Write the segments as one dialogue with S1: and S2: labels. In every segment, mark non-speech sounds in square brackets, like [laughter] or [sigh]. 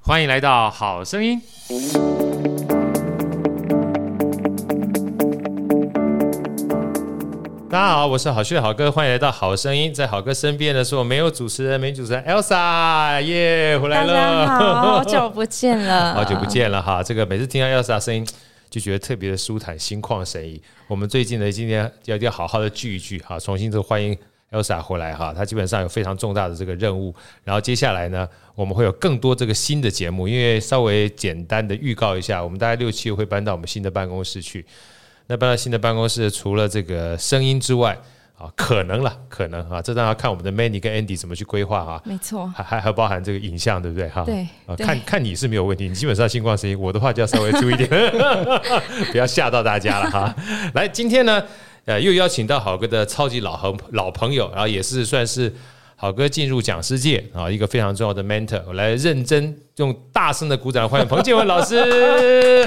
S1: 欢迎来到《好声音》。大家好，我是好趣的好哥，欢迎来到《好声音》。在好哥身边的是我没有主持人、没主持人 Elsa，耶、回来
S2: 大家
S1: 了，
S2: 好，好久不见了，
S1: 好久不。见了哈！这个每次听到 Elsa 的声音，就觉得特别的舒坦，心旷神怡。我们最近呢，今天要要好好的聚一聚哈，重新就欢迎 Elsa 回来哈。她基本上有非常重大的这个任务，然后接下来呢，我们会有更多这个新的节目，因为稍微简单的预告一下，我们大概六七月会搬到我们新的办公室去。那搬到新的办公室，除了这个声音之外，啊，可能了，可能啊，这当然要看我们的 Manny 跟 Andy 怎么去规划啊。
S2: 没错，
S1: 还还还包含这个影像，对不对？哈，
S2: 哦对
S1: 啊
S2: 对
S1: 看看你是没有问题，你基本上星光声音，我的话就要稍微注意一点， [laughs] 不要吓到大家了哈。来，今天呢，呃，又邀请到好哥的超级老朋老朋友，然后也是算是好哥进入讲师界啊一个非常重要的 mentor，我来认真用大声的鼓掌欢迎彭建文老师。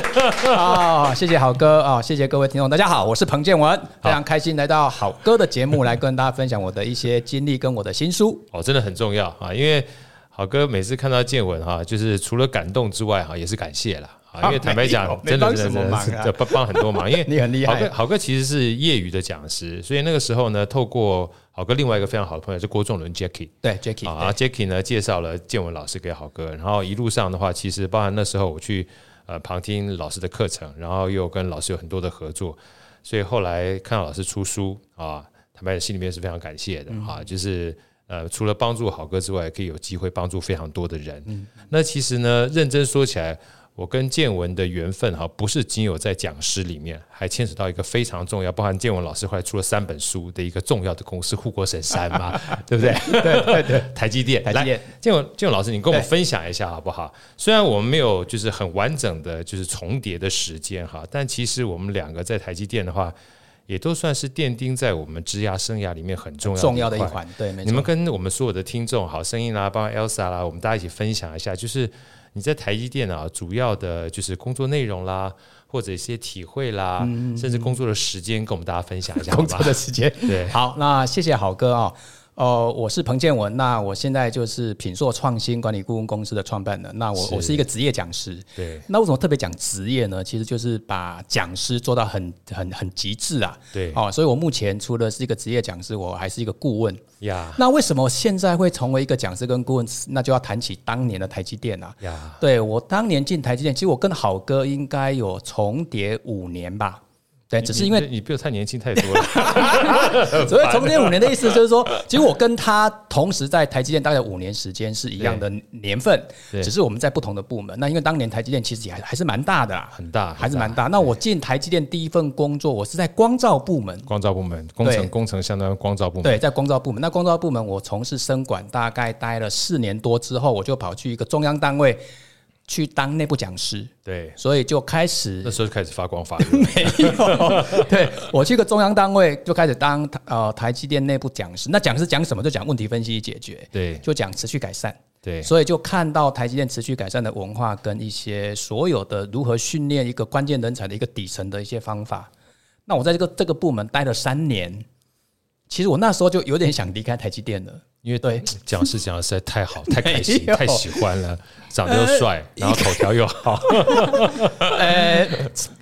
S3: 啊、谢谢好哥啊、谢谢各位听众，大家好，我是彭建文，非常开心来到好哥的节目，来跟大家分享我的一些经历跟我的新书。
S1: 哦，真的很重要啊，因为好哥每次看到建文哈、就是除了感动之外哈、也是感谢啦。啊，因为
S3: 啊
S1: 坦白讲
S3: 没有，
S1: 真的
S3: 没帮
S1: 真
S3: 什么
S1: 的
S3: 忙啊
S1: 真的帮帮很多忙，因为
S3: [laughs] 你很厉害
S1: 好哥，好哥其实是业余的讲师，所以那个时候呢，透过好哥另外一个非常好的朋友是郭仲伦 Jacky，
S3: 对，Jacky，、
S1: 啊，然后 Jacky 呢介绍了建文老师给好哥，然后一路上的话，其实包含那时候我去呃旁听老师的课程，然后又跟老师有很多的合作，所以后来看到老师出书啊，坦白讲心里面是非常感谢
S3: 嗯
S1: 的、啊，就是。呃，除了帮助好哥之外，可以有机会帮助非常多的人。
S3: 嗯
S1: 那其实呢，认真说起来，我跟建文的缘分哈，不是仅有在讲师里面，还牵扯到一个非常重要，包含建文老师后来出了三本书的一个重要的公司——护国神山
S3: [laughs]
S1: 嘛，对不对？
S3: 对对对，
S1: [laughs] 台积电。
S3: 台积电
S1: 来，建勇建勇老师，你跟我们
S3: 对
S1: 分享一下好不好？虽然我们没有就是很完整的就是重叠的时间哈，但其实我们两个在台积电的话，也都算是奠定在我们职涯生涯里面很重要
S3: 重要的
S1: 一
S3: 一
S1: 块。
S3: 环，对，没
S1: 你们
S3: 错。
S1: 跟我们所有的听众好声音啦，包括 Elsa 啦，我们大家一起分享一下，就是你在台积电啊，主要的就是工作内容啦，或者一些体会啦，甚至工作的时间，跟我们大家分享一下，好
S3: 嗯工作
S1: 吧？
S3: 的时间，
S1: [laughs] 对
S3: 好，那谢谢好哥啊、呃，我是彭建文，那我现在就是品硕创新管理顾问公司的创办人，那我
S1: 是
S3: 我是一个职业讲师，
S1: 对
S3: 那为什么特别讲职业呢？其实就是把讲师做到很很很极致啊，
S1: 对
S3: 哦，所以我目前除了是一个职业讲师，我还是一个顾问，
S1: 呀
S3: 那为什么现在会成为一个讲师跟顾问？那就要谈起当年的台积电啊。
S1: 呀，
S3: 对我当年进台积电，其实我跟好哥应该有重叠五年吧。对，只是因为
S1: 你你比我太年轻太多了。
S3: [laughs] 所谓重叠五年的意思，就是说， [laughs] 其实我跟他同时在台积电大概有五年时间是一样的年份，
S1: 对
S3: 只是我们在不同的部门。那因为当年台积电其实也还还是蛮大的啦，啊
S1: 很大，
S3: 还是蛮大。那我进台积电第一份工作，我是在光照部门。
S1: 光照部门，工程
S3: 对
S1: 工程相当于光照部门，
S3: 对，在光照部门。那光照部门，我从事生管大概待了四年多之后，我就跑去一个中央单位去当内部讲师，
S1: 对，
S3: 所以就开
S1: 那 [laughs]
S3: 始
S1: 时候就开始发光发热，
S3: 没有。对我去一个中央单位就开始当呃台积电内部讲师。那讲师讲什么？就讲问题分析解决，
S1: 对
S3: 就讲持续改善。
S1: 对
S3: 所以就看到台积电持续改善的文化跟一些所有的如何训练一个关键人才的一个底层的一些方法。那我在这个这个部门待了三年，其实我那时候就有点想离开台积电了，
S1: 因为
S3: 对
S1: 讲师讲的实在太
S3: [laughs]
S1: 好，太开心，
S3: 没有
S1: 太喜欢了，长得又帅，然后口条又好，
S3: 呃，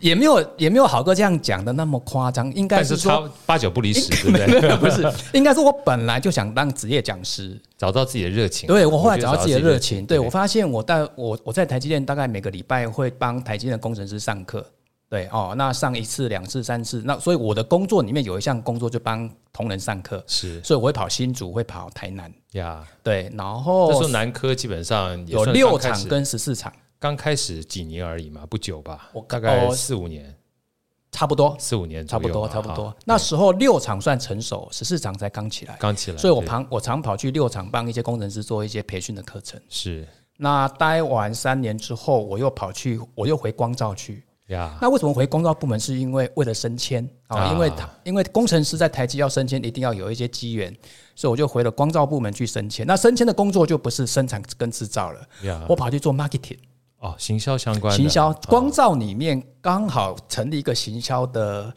S3: 也没有也没有好哥这样讲的那么夸张，应该
S1: 但
S3: 是
S1: 是
S3: 说
S1: 他八九不离十，对不
S3: 没
S1: 对？
S3: 有不是，应该是我本来就想当职业讲师，
S1: 找到自己的热情，
S3: 对我后来
S1: 觉得
S3: 找到自己的热情，对
S1: 对
S3: 我发现我在我我在台积电大概每个礼拜会帮台积电的工程师上课，对哦，那上一次、两次、三次，那所以我的工作里面有一项工作就帮同仁上课，
S1: 是
S3: 所以我会跑新竹，会跑台南，
S1: 呀。
S3: 对，然
S1: 那时候
S3: 后
S1: 南科基本上也
S3: 哦有
S1: 算
S3: 六
S1: 刚开
S3: 场
S1: 始
S3: 跟十四场，
S1: 刚开始几年而已嘛，不久吧
S3: 我，
S1: 大概
S3: 哦
S1: 四五年，
S3: 差不多，
S1: 四五年
S3: 差
S1: 左
S3: 不
S1: 右啊
S3: 多，
S1: 嘛
S3: 差不
S1: 哈
S3: 多。那时候六场算成熟，十四场才刚起来，
S1: 刚起来，
S3: 所以我
S1: 对
S3: 旁我常跑去六场帮一些工程师做一些培训的课程。
S1: 是
S3: 那待完三年之后，我又跑去，我又回光照去。
S1: 呀，
S3: 那为什么回光照部门？是因为为了升迁啊，
S1: 啊
S3: 因为他因为工程师在台积要升迁，一定要有一些机缘，所以我就回了光照部门去升迁。那升迁的工作就不是生产跟制造了
S1: 呀，
S3: 我跑去做 marketing
S1: 哦，行销相关的
S3: 行销。
S1: 啊
S3: 光照里面刚好成立一个行销的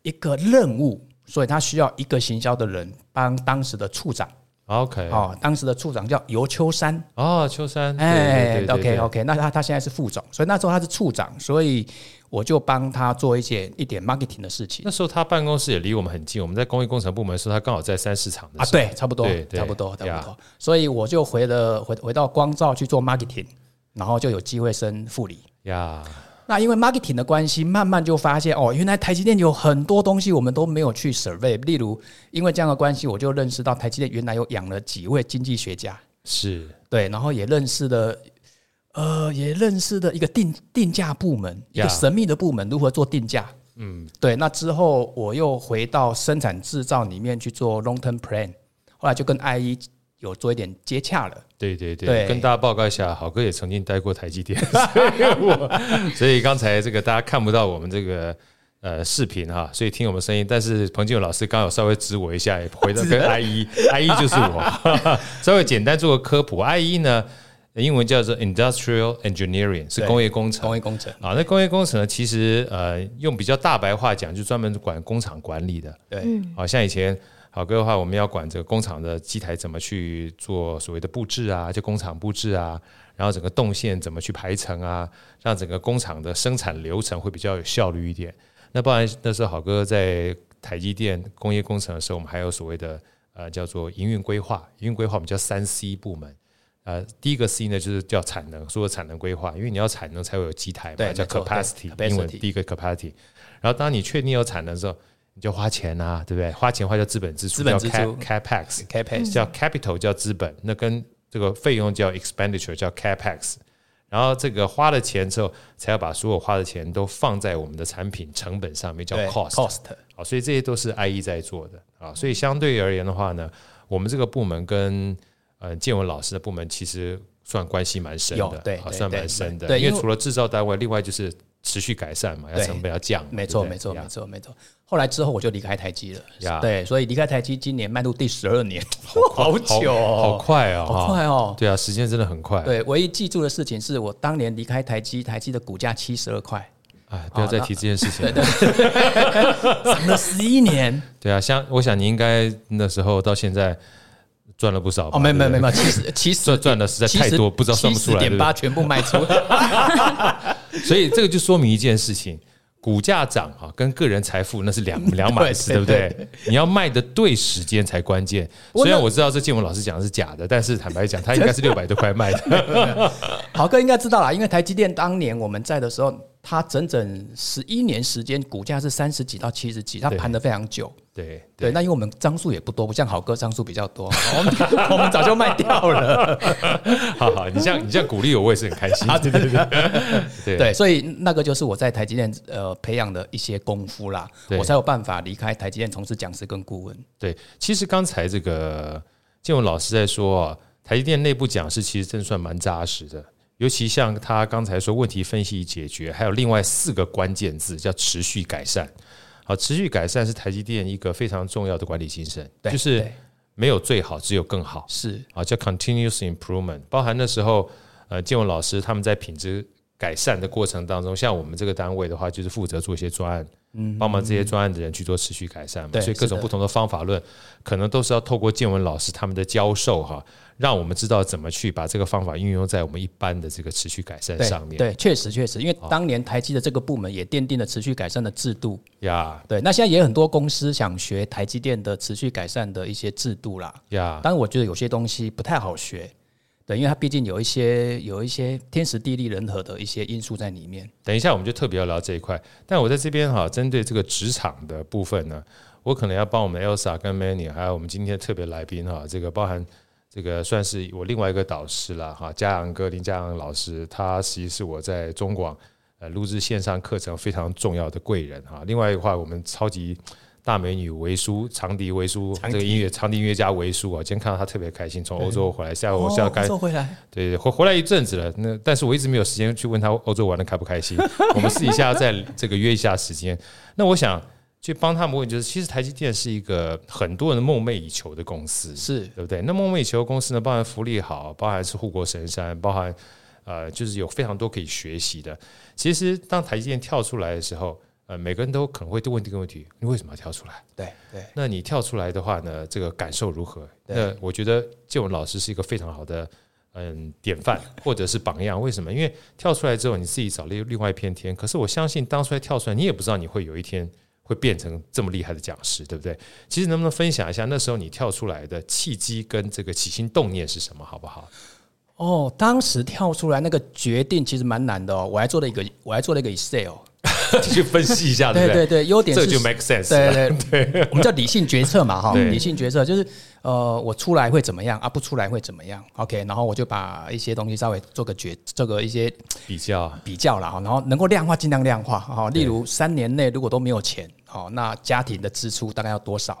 S3: 一个任务，所以他需要一个行销的人帮当时的处长。
S1: OK，
S3: 哦，当时的处长叫尤秋山，
S1: 哦，秋山，
S3: 哎
S1: 对对对对
S3: ，OK OK，那他他现在是副总，所以那时候他是处长，所以我就帮他做一些一点 marketing 的事情
S1: 那时候他办公室也离我们很近，我们在工业工程部门的时候，他刚好在三市场的
S3: 啊，
S1: 时候
S3: 对，差不多
S1: 对，对
S3: 差不多，差
S1: 呀
S3: 不多，所以我就回了回回到光照去做 marketing，然后就有机会升副理。
S1: 呀，
S3: 那因为 marketing 的关系，慢慢就发现哦，原来台积电有很多东西我们都没有去 survey。例如，因为这样的关系，我就认识到台积电原来有养了几位经济学家，
S1: 是
S3: 对，然后也认识了，呃，也认识了一个定定价部门，一个
S1: Yeah
S3: 神秘的部门如何做定价。嗯，对。那之后我又回到生产制造里面去做 long term plan，后来就跟 IE 有做一点接洽了。
S1: 对对对，
S3: 对
S1: 跟大家报告一下，好哥也曾经待过台
S3: [laughs]
S1: 积电，所以我所以刚才这个大家看不到我们这个呃视频哈，所以听我们声音，但是彭金勇老师刚好稍微指我一下，也回到跟
S3: [laughs]
S1: IE，IE E 就是我，稍微简单做个科普，IE 呢英文叫做 Industrial Engineering，是
S3: 对
S1: 工业工程。
S3: 工业工程，
S1: 啊，那工业工程呢？其实呃，用比较大白话讲，就专门管工厂管理的。
S3: 对，
S1: 好、像以
S3: 嗯
S1: 前好哥的话，我们要管这个工厂的机台怎啊么去做所谓的布置啊，就工厂布置啊，然后整个动线怎么去排程啊，让整个工厂的生产流程会比较有效率一点。那不然那时候好哥在台积电工业工程的时候，我们还有所谓的呃叫做营运规划，营运规划我们叫三 C 部门。呃，第一个 C 呢，就是叫产能，说产能规划，因为你要产能才会有机台嘛，
S3: 对
S1: 叫
S3: 没错对
S1: capacity，英文
S3: capacity
S1: 第一个 capacity。然后当你确定有产能之后，你就花钱啊，对不对？花钱花叫资本支出，
S3: 资本支
S1: 叫
S3: 出嗯
S1: cap, capex，
S3: CapEx
S1: 叫 capital 叫资本，那跟这个费用叫 expenditure 叫 capex。然后这个花了钱之后，才要把所有花的钱都放在我们的产品成本上面，叫
S3: 对
S1: cost。
S3: cost
S1: 好，啊所以这些都是 IE 在做的啊。所以相对而言的话呢，我们这个部门跟呃建文老师的部门其实算关系蛮深
S3: 有
S1: 的，
S3: 对
S1: 啊
S3: 对
S1: 算
S3: 对
S1: 蛮深的。
S3: 对
S1: 因
S3: 因
S1: 为
S3: 为
S1: 除了制造单位，另外就是持续改善嘛，要
S3: 对
S1: 成本要降嘛，
S3: 没
S1: 对
S3: 错，
S1: 不对
S3: 没错，
S1: 呀
S3: 没错，没错。后来之后我就离开台积了
S1: 呀
S3: 对，所以离开台积，今年迈入第十二年，好久
S1: 好
S3: 哦，
S1: 快哦，
S3: 好快
S1: 哦，
S3: 哦。
S1: 对啊，时间真的很快。
S3: 对，唯一记住的事情是我当年离开台积，台积的股价七十二块， [laughs]
S1: 哎，不要再提这件事情了。
S3: 涨了十一年。
S1: 对啊，像我想你应该那时候到现在赚了不少吧
S3: [laughs] 哦，没没
S1: 对
S3: 没，
S1: 不对
S3: 没，其 [laughs] 实其实
S1: 赚赚的实在太多，不知道算不出来。对
S3: 点
S1: 不对
S3: 八全部卖出， [laughs]
S1: 所以这个就说明一件事情：股价涨啊，跟个人财富那是 [laughs] 两两码事，对不
S3: 对对
S1: 对？你要卖的对时间才关键。
S3: 不过
S1: 虽
S3: 那
S1: 然我知道这建文老师讲的是假的，但是坦白 [laughs] 讲，他应该是六百多块卖 [laughs] 的。
S3: 豪哥应该知道啦，因为台积电当年我们在的时候，它整整十一年时间，股价是三十几到七十几，它
S1: 对
S3: 盘得非常久。
S1: 对
S3: 对，
S1: 对，
S3: 那因为我们张数也不多，不像豪哥张数比较 [laughs] 多，哦我们我们早就卖掉了。
S1: 好好，你这样你这样鼓励我，我也是很开 [laughs] 心。啊对对对对
S3: 对，所以那个就是我在台积电呃培养的一些功夫啦，
S1: 对
S3: 我才有办法离开台积电从事讲师跟顾问。
S1: 对，其实刚才这个建文老师在说啊，台积电内部讲师其实真算蛮扎实的，尤其像他刚才说问题分析与解决，还有另外四个关键字叫持续改善。好，持续改善是台积电一个非常重要的管理精神，
S3: 对
S1: 就是
S3: 对
S1: 没有最好，只有更好。
S3: 是
S1: 啊，叫 continuous improvement，包含那时候呃建文老师他们在品质改善的过程当中，像我们这个单位的话，就是负责做一些专案，嗯，帮忙这些专案的人去做持续改善嘛，
S3: 对
S1: 所以各
S3: 是
S1: 种
S3: 的
S1: 不同的方法论，可能都是要透过建文老师他们的教授哈，让我们知道怎么去把这个方法运用在我们一般的这个持续改善
S3: 对
S1: 上面，哦
S3: 对，确实确实，因为当年台积的这个部门也奠定了持续改善的制度。
S1: 呀
S3: 对，那现在也有很多公司想学台积电的持续改善的一些制度啦。
S1: 呀，
S3: 当然，我觉得有些东西不太好学，对，因为它毕竟有一些有一些天时地利人和的一些因素在里面。
S1: 等一下我们就特别要聊这一块，但我在这边哈，针对这个职场的部分呢，我可能要帮我们 Elsa 跟 Many，还有我们今天特别来宾哈，这个包含这个算是我另外一个导师啦哈，嘉阳哥林嘉阳老师，他实际是我在中广呃录制线上课程非常重要的贵人哈。另外一块，我们超级大美女维苏长笛维苏
S3: 长笛
S1: 这个音乐长笛音乐家维苏啊，今天看到他特别开心，从欧洲回来，下午我是要
S3: 哦
S1: 该
S3: 做回来，
S1: 对对，回回来一阵子了，那但是我一直没有时间去问他欧洲玩的开不开心。 [laughs] 我们私底下再这个约一下时间。那我想去帮他们问，就是其实台积电是一个很多人梦寐以求的公司，
S3: 是
S1: 对不对？那梦寐以求的公司呢，包含福利好，包含是护国神山，包含呃，就是有非常多可以学习的。其实当台积电跳出来的时候，呃，每个人都可能会问这个问题：你为什么要跳出来？
S3: 对对
S1: 那你跳出来的话呢，这个感受如何？
S3: 对
S1: 那我觉得建文老师是一个非常好的嗯典
S3: [laughs]
S1: 范或者是榜样。为什么？因为跳出来之后，你自己找了另外一片天。可是我相信，当初在跳出来，你也不知道你会有一天会变成这么厉害的讲师，对不对？其实能不能分享一下那时候你跳出来的契机跟这个起心动念是什么，好不
S3: [laughs]
S1: 好？
S3: 哦，当时跳出来那个决定其实蛮难的哦，我还做了一个，我还做了一个 Excel，
S1: 去分析一啊下，对
S3: 对
S1: 不
S3: 对对，优点
S1: 这
S3: 是
S1: 就 make sense 了。
S3: 对
S1: [laughs]
S3: 对对，我们叫理性决策嘛，哈，
S1: 啊对
S3: 理性决策就是呃，我出来会怎么样啊？不出来会怎么样？OK，然后我就把一些东西稍微做个决，做个一些
S1: 比较
S3: 比较了哈，然后能够量化尽量量化哈。例如三年内如果都没有钱，哦，那家庭的支出大概要多少？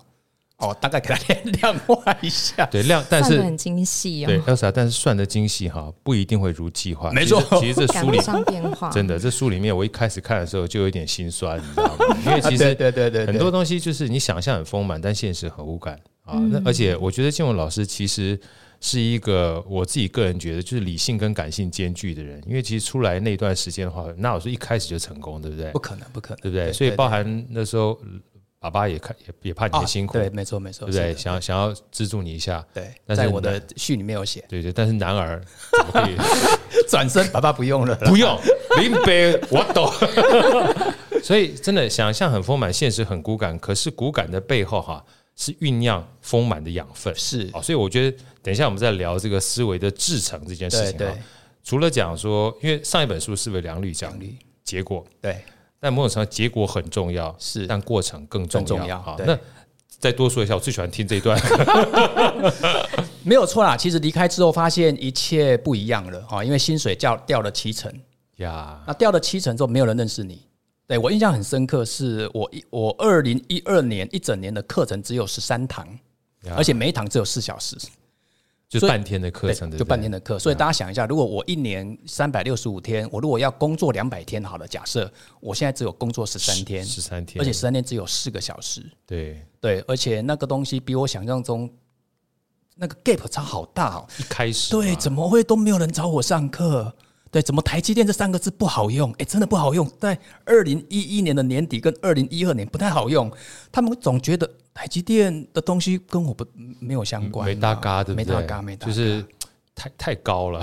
S3: 哦，大概给它量 [laughs] 化一下。
S1: 对量，但
S2: 算
S1: 是
S2: 的很精细
S1: 对
S2: 哦，
S1: Elsa，但是算的精细哈，不一定会如计划。
S3: 没错
S1: 其实其实这
S2: 赶
S1: 书
S2: 不
S1: 里
S2: 上变
S3: 啊
S2: 化，
S1: 真的，这书里面我一开始看的时候就有一点心酸，你知道吗？因为
S3: 啊
S1: 其
S3: [laughs] 对
S1: 实
S3: 对对对，
S1: 很多东西就是你想象很丰满，但现实很无感啊。那
S3: 嗯
S1: 而且我觉得建文老师其实是一个我自己个人觉得就是理性跟感性兼具的人，因为其实出来那段时间的话，那我是一开始就成功，对不对
S3: 不？可能，不可能，
S1: 对不对？所以包含那时候爸爸也看也也怕你
S3: 啊
S1: 很辛苦，
S3: 对，
S1: 对
S3: 没错没错，
S1: 不
S3: 是
S1: 对？
S3: 的？
S1: 想想要资助你一下，
S3: 对，
S1: 但是
S3: 在我的序里面有写， [laughs]
S1: 对对。但是男儿怎么可以？
S3: 转身爸爸不用了
S1: [laughs]
S3: 啦。
S1: 不
S3: [laughs]
S1: 用，林北我懂。 [laughs] 所以真的想象很丰满，现实很骨感。可是骨感的背后哈、是酝酿丰满的养分。
S3: 是，
S1: 哦，所以我觉得等一下我们再聊这个思维的制成这件事
S3: 对
S1: 情啊
S3: 对。
S1: 除了讲说，因为上一本书是不是良率讲
S3: 奖励，
S1: 结果，
S3: 对，
S1: 但某种程度上结果很重要，
S3: 是
S1: 但过程更重
S3: 更重要
S1: 好，
S3: 对
S1: 那再多说一下，我最喜欢听这一
S3: [laughs]
S1: 段。
S3: 没有错啦。其实离开之后，发现一切不一样了啊，因为薪水掉掉了七成，
S1: 呀，
S3: 那掉了七成之后，没有人认识你。对我印象很深刻，是我一我二零一二年一整年的课程只有十三堂，
S1: 呀
S3: 而且每一堂只有四小时，
S1: 就
S3: 所以
S1: 半天的课程，对不对
S3: 就半天的课。所以大家想一下，如果我一年三百六十五天，我如果要工作两百天，好了，假设我现在只有工作十三天，
S1: 十三天，
S3: 而且十三天只有四个小时，
S1: 对
S3: 对，而且那个东西比我想象中那个 gap 差好大哦。
S1: 一开始
S3: 对，
S1: 嘛
S3: 怎么会都没有人找我上课？对，怎么台积电这三个字不好用？哎，真的不好用，在二零一一年的年底跟二零一二年不太好用。他们总觉得台积电的东西跟我不没有相关啊、
S1: 没搭嘎，对不
S3: 没
S1: 对？
S3: 搭嘎，没搭嘎。
S1: 就是太太高
S3: [laughs]
S1: 了，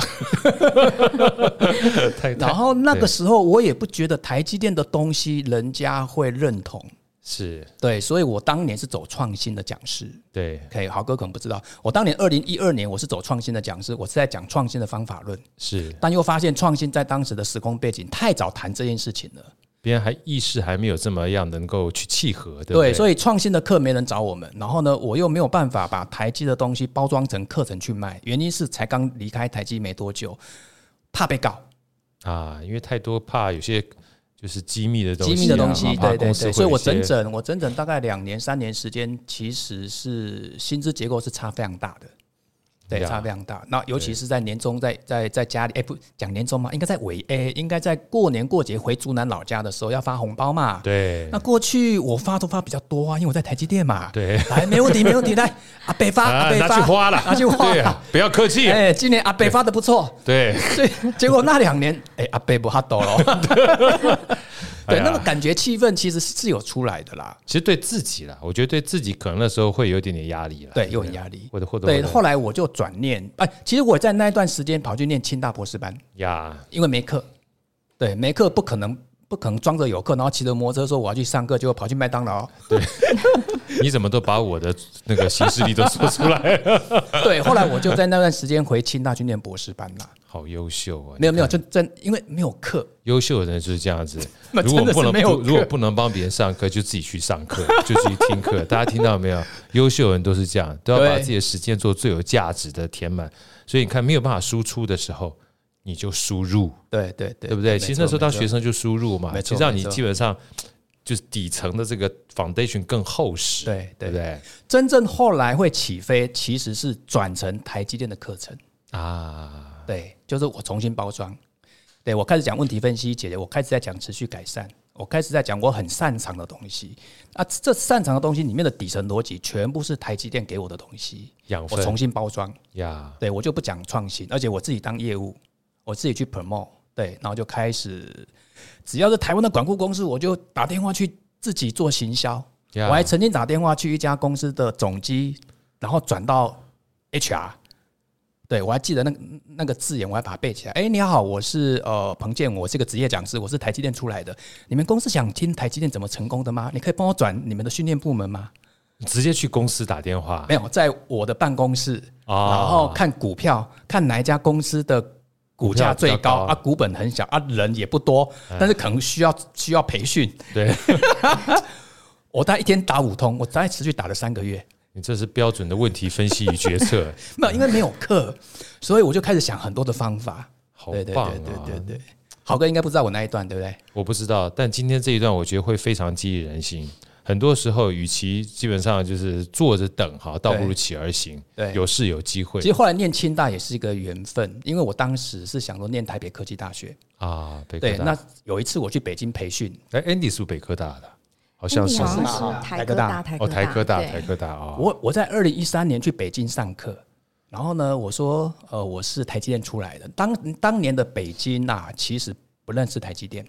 S1: 太
S3: 然
S1: 太
S3: 后那个
S1: 对
S3: 时候我也不觉得台积电的东西人家会认同，
S1: 是
S3: 对，所以我当年是走创新的讲师。
S1: 对
S3: OK，豪哥可能不知道，我当年二零一二年我是走创新的讲师，我是在讲创新的方法论。
S1: 是，
S3: 但又发现创新在当时的时空背景太早谈这件事情了，
S1: 别人还意识还没有这么样能够去契合，对不
S3: 对，
S1: 对？以
S3: 所以创新的课没人找我们，然后呢，我又没有办法把台积的东西包装成课程去卖，原因是才刚离开台积没多久，怕被告
S1: 啊，因为太多怕有些就是机密的东西
S3: 机
S1: 啊，
S3: 密的东西，
S1: 怕
S3: 对对
S1: 公司
S3: 对，
S1: 会
S3: 所以
S1: 有
S3: 我
S1: 一
S3: 整
S1: 些
S3: 整我整整大概两年三年时间，其实是薪资结构是差非常大的。对，
S1: 呀
S3: 差非常大。那尤其是在年终，在在在家里，哎、不讲年终嘛，应该在尾，哎、应该在过年过节回竹南老家的时候要发红包嘛。
S1: 对
S3: 那过去我发都发比较多啊，因为我在台积电嘛。，
S1: 对
S3: 来，没问题，没问
S1: [laughs]
S3: 题，来，阿北发，阿
S1: 啊，
S3: 北
S1: 拿
S3: 发，
S1: 去花了，
S3: [laughs] 拿去花
S1: 对
S3: 啦。
S1: 啊，不要客气，
S3: 哎，今年阿北发的不错，
S1: 对，
S3: 所以结果那
S1: [laughs]
S3: 两年，哎，阿北不哈多了。
S1: 哎
S3: 对，
S1: 呀
S3: 那个感觉气氛其实是有出来的啦。
S1: 其实对自己啦，我觉得对自己可能那时候会有一点点压力了，
S3: 对，有点压力。
S1: 啊或者或者或
S3: 对，
S1: 者
S3: 后来我就转念，哎，其实我在那一段时间跑去念清大博士班，
S1: 呀，
S3: 因为没课。对，没课不可能，不可能装着有课，然后骑着摩托车说我要去上课，结果跑去麦当劳。
S1: 你怎么都把我的那个行事历都说出来 [laughs] 了，
S3: [laughs] 对，后来我就在那段时间回清大去念博士班啦。
S1: 好优秀啊！
S3: 没有没有，就真因为没有课，。
S1: 优秀的人就是这样子
S3: [laughs] 那
S1: 如果
S3: 真的
S1: 不
S3: 是
S1: 能
S3: 没有
S1: 不如果
S3: 课
S1: 不能帮别人上课，就自己去上课，就自己听课。大家听到没有？优秀的人都是这样，都要把
S3: 对
S1: 自己的时间做最有价值的填满。所以你看，没有办法输出的时候，你就输入，
S3: 对对对，
S1: 对不对？
S3: 没
S1: 其实
S3: 错
S1: 那时候当
S3: 没错
S1: 学生就输入嘛
S3: 没，错
S1: 其实让
S3: 没
S1: 你
S3: 错
S1: 基本上就是底层的这个 foundation 更厚实，
S3: 对
S1: 对不
S3: 对，
S1: 对？
S3: 真正后来会起飞，其实是转成台积电的课程。
S1: 啊，
S3: 对，就是我重新包装。对我开始讲问题分析解决，我开始在讲持续改善，我开始在讲我很擅长的东西。啊，这擅长的东西里面的底层逻辑，全部是台积电给我的东西，
S1: 养
S3: 我
S1: 分
S3: 重新包装。
S1: 呀，
S3: 对我就不讲创新，而且我自己当业务，我自己去 promote，对，然后就开始，只要是台湾的管顾公司，我就打电话去自己做行销。我
S1: Yeah，
S3: 还曾经打电话去一家公司的总机，然后转到 HR。对，我还记得那个那个字眼，我还把它背起来。哎，你好，我是呃彭建，我是个职业讲师，我是台积电出来的。你们公司想听台积电怎么成功的吗？你可以帮我转你们的训练部门吗？
S1: 直接去公司打电话
S3: 没有，在我的办公室，
S1: 啊
S3: 然后看股票，看哪一家公司的股价最
S1: 股票
S3: 高
S1: 比较高嗯
S3: 啊，股本很小啊，人也不多，但是可能需要需要培训。
S1: 对
S3: 我大概一天打五通，我大概持续打了三个月。
S1: 你这是标准的问题分析与决
S3: [laughs]
S1: 策，
S3: 没有，因为没有课，所以我就开始想很多的方法。
S1: 嗯好
S3: 对对
S1: 棒
S3: 对对
S1: 啊！
S3: 对对，豪哥应该不知道我那一段，对不对？
S1: 我不知道，但今天这一段我觉得会非常激励人心。很多时候，与其基本上就是坐着等哈，倒不如起而行。
S3: 对
S1: 有事有机会
S3: 其实后来念清大也是一个缘分，因为我当时是想说念台北科技大学。
S1: 啊。北科
S3: 对，
S1: 大，
S3: 那有一次我去北京培训，
S1: 哎，Andy 是不是北科大的，好
S2: 好
S1: 像是
S2: 哎好像
S3: 是
S2: 是
S3: 吧
S2: 台科大，台
S1: 哦，台科大，
S2: 对
S1: 台科大啊。哦
S3: 我我在二零一三年去北京上课，然后呢，我说呃我是台积电出来的，当当年的北京啊，其实不认识台积电，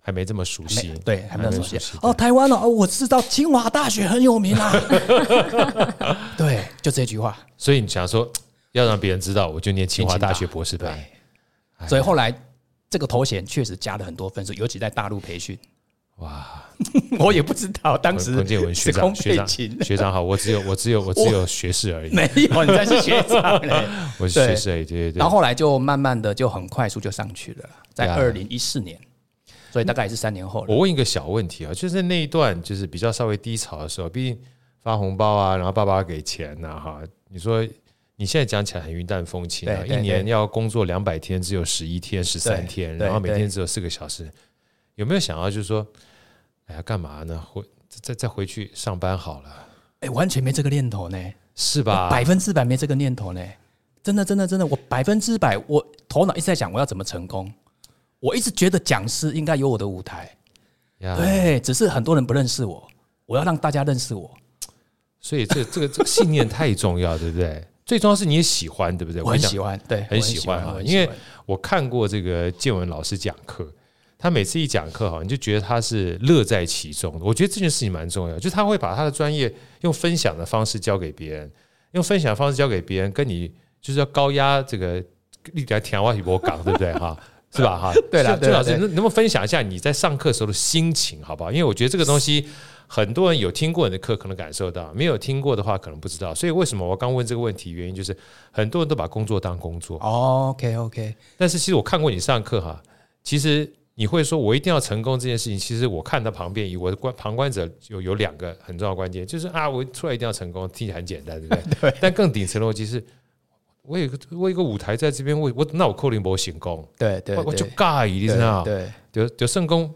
S1: 还没这么熟悉
S3: 没，对，还没有熟悉
S1: 熟悉
S3: 哦，台湾哦，哦我知道清华大学很有
S1: [laughs]
S3: 名啊，对，就这句话。
S1: 所以你想说要让别人知道，我就念清华大学博士班。哎
S3: 对，所以后来这个头衔确实加了很多分数，尤其在大陆培训。
S1: 哇，
S3: [laughs] 我也不知道当时
S1: 彭建文学
S3: 时
S1: 长，
S3: 空
S1: 学
S3: 背
S1: 长，
S3: 景
S1: 学长好，我只有我只有我只有学士
S3: [laughs]
S1: 而已，
S3: 没有，你才是学长
S1: [laughs]
S3: 嘞。
S1: 我是学士而已，对对
S3: 然
S1: 对
S3: 后。后来就慢慢的就很快速就上去了，在
S1: 对
S3: 二
S1: 啊
S3: 零一四年，所以大概也是三年后了。
S1: 我问一个小问题啊，就是那一段就是比较稍微低潮的时候，毕竟发红包啊，然后爸爸给钱呐、哈，你说你现在讲起来很云淡风轻啊，
S3: 对
S1: 一
S3: 对
S1: 年
S3: 对
S1: 要工作两百天，只有十一天、十三天，
S3: 对
S1: 然后每
S3: 对
S1: 天只有四个小时，有没有想要就是说，哎呀，干嘛呢？回再再回去上班好了，
S3: 哎，完全没这个念头呢，
S1: 是
S3: 我
S1: 吧？
S3: 百分之百没这个念头呢。真的，真的，真的，我百分之百，我头脑一直在想我要怎么成功。我一直觉得讲师应该有我的舞台，
S1: 呀
S3: 对，只是很多人不认识我，我要让大家认识我。
S1: 所以这这个这个信念太重要，对不对？最重要是你也喜欢，对不对？
S3: 我很
S1: 跟你讲
S3: 喜欢，对，
S1: 很喜欢啊
S3: 我很
S1: 因为
S3: 喜欢
S1: 我看过这个建文老师讲课，他每次一讲课哈，你就觉得他是乐在其中的。我觉得这件事情蛮重要，就是他会把他的专业用分享的方式教给别人，用分享的方式教给别人，跟你就是要高压这个啊你来填话题我讲，对不对哈？是吧？哈，
S3: [laughs] 对啦
S1: 所以
S3: 对
S1: 郑
S3: 啦
S1: 老师，
S3: 对
S1: 能能不能分享一下你在上课时候的心情，好不好？因为我觉得这个东西，很多人有听过你的课，可能感受到；没有听过的话，可能不知道。所以为什么我刚问这个问题，原因就是很多人都把工作当工作，
S3: OK OK，
S1: 但是其实我看过你上课哈，其实你会说我一定要成功这件事情，其实我看到旁边以我的观旁观者有有两个很重要的关键，就是啊，我出来一定要成功，听起来很简单，对不对？
S3: [laughs]
S1: 对。但更顶层逻辑是，我有一个我有一个舞台在这边，我我那我扣零博行功，
S3: 对对
S1: 我我就
S3: 对
S1: 尬一定啊，
S3: 对
S1: 就就圣功。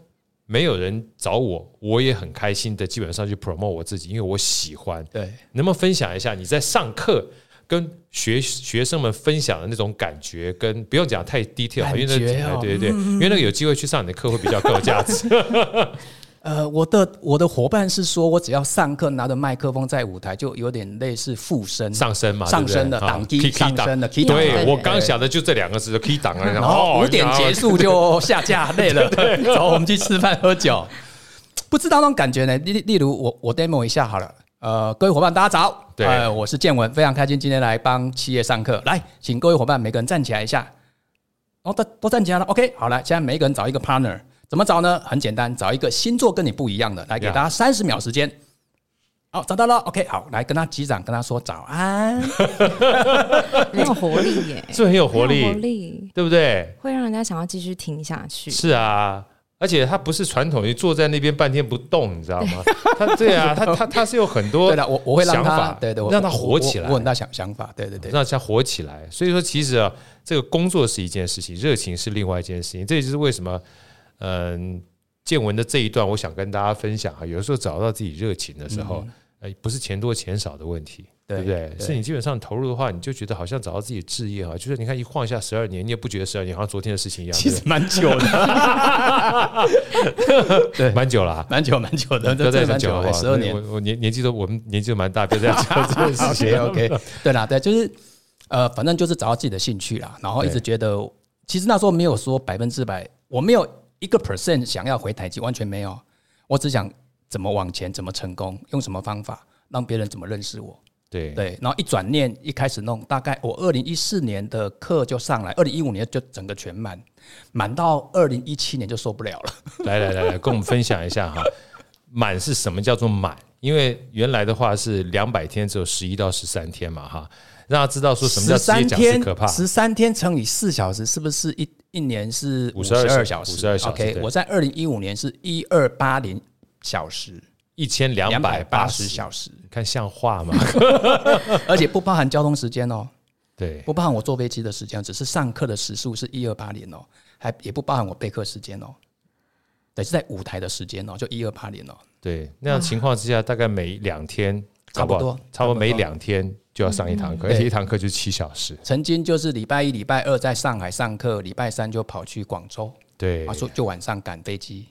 S1: 没有人找我，我也很开心的，基本上去 promote 我自己，因为我喜欢。
S3: 对，
S1: 能不能分享一下你在上课跟学学生们分享的那种感觉？跟不用讲太 detail，因为
S3: 感觉
S1: 那、
S3: 哦
S1: 哎对对对，因为那个有机会去上你的课会比较更有价值。
S3: 呃，我的我的伙伴是说我只要上课拿着麦克风在舞台，就有点类似附身
S1: 上升嘛，
S3: 上升
S1: 对
S3: 的
S1: 不对
S3: 挡机
S1: 啊 key- key
S3: 上
S1: 档
S3: 升的 key 档，
S1: 对
S2: 对
S1: 我刚想的就这两个字，key 档啊，
S3: 然后五点
S1: [laughs]
S3: 结，束就下架，累了，然后我们去吃饭喝酒，不知道那种感觉呢？例例如我我 demo 一下好了，呃，各位伙伴大家早，
S1: 对
S3: 呃，我是建文，非常开心今天来帮企业上课，来，请各位伙伴每个人站起来一下，哦，都都站起来了，OK，好了，现在每一个人找一个 partner，怎么找呢？很简单，找一个星座跟你不一样的，来给
S1: Yeah
S3: 大家三十秒时间。好，找到了，OK，好，来跟他击掌，跟他说早安。
S2: 很有活力耶，
S1: 是不是很有 [laughs] 活
S2: 很有活
S1: 力，
S2: 力
S1: 对不对？
S2: 会让人家想要继续听下去。
S1: 是啊。而且他不是传统，就坐在那边半天不动，你知道吗？他对啊，他他他是有很多
S3: 对了，我我会让
S1: 想
S3: 他
S1: 法，
S3: 对对，我
S1: 让他
S3: 我
S1: 火起来
S3: 我我。很大想想法，对对对。
S1: 让它火起来。所以说，其实啊，这个工作是一件事情，热情是另外一件事情。这也就是为什么，嗯，建文的这一段，我想跟大家分享啊，有的时候找到自己热情的时候，呃，不是钱多钱少的问题。
S3: 嗯对
S1: 对不对？
S3: 对
S1: 是你基本上投入的话，你就觉得好像找到自己的置业啊，就是你看一晃一下十二年，你也不觉得十二年好像昨天的事情一样，
S3: 其实蛮久 [laughs] 的，
S1: 对不对蛮久了啊、
S3: 蛮久蛮久的，
S1: 不要
S3: 这
S1: 再
S3: 嗯这蛮
S1: 讲久
S3: 久
S1: 了
S3: 的，哎
S1: 啊，
S3: 十二年
S1: 我。我年年纪都我们年纪都蛮大，不要再讲这件
S3: [laughs]
S1: 事情
S3: OK OK，对啦，对，就是呃，反正就是找到自己的兴趣啦，然后一直觉得其实那时候没有说百分之百，我没有一个 percent 想要回台积，完全没有。我只想怎么往前，怎么成功，用什么方法，让别人怎么认识我。
S1: 对
S3: 对，然后一转念，一开始弄，大概我二零一四年的课就上来，二零一五年就整个全满，满到二零一七年就受不了了。
S1: [laughs] 来来来来，跟我们分享一下哈，满是什么叫做满？因为原来的话是两百天，只有十一到十三天嘛哈，让他知道说什么叫职业
S3: 13
S1: 讲师
S3: 天
S1: 可怕。
S3: 十三天乘以四小时，是不是一一年是
S1: 52
S3: 二
S1: 小
S3: 小
S1: 时
S3: 时？
S1: 52小时
S3: OK，
S1: 对
S3: 我在二零一五年是一二八零小时，
S1: 一千两
S3: 两
S1: 百
S3: 百
S1: 八
S3: 八
S1: 十
S3: 十
S1: 小，
S3: 小时，
S1: 你看像话吗？ [laughs]
S3: 而且不包含交通时间哦，
S1: 对，
S3: 不包含我坐飞机的时间，只是上课的时数是一二八零哦，还也不包含我备课时间哦。对，是在舞台的时间哦，就一二八零哦。
S1: 对，那样情况之下，大概每两天，
S3: 差不
S1: 搞好
S3: 多
S1: 差不
S3: 差
S1: 多
S3: 不多嗯
S1: 每两天就要上一堂课，而且
S3: 对
S1: 一堂课就七小时。
S3: 曾经就是礼拜一、礼拜二在上海上课，礼拜三就跑去广州，
S1: 对
S3: 啊，，说就晚上赶飞机，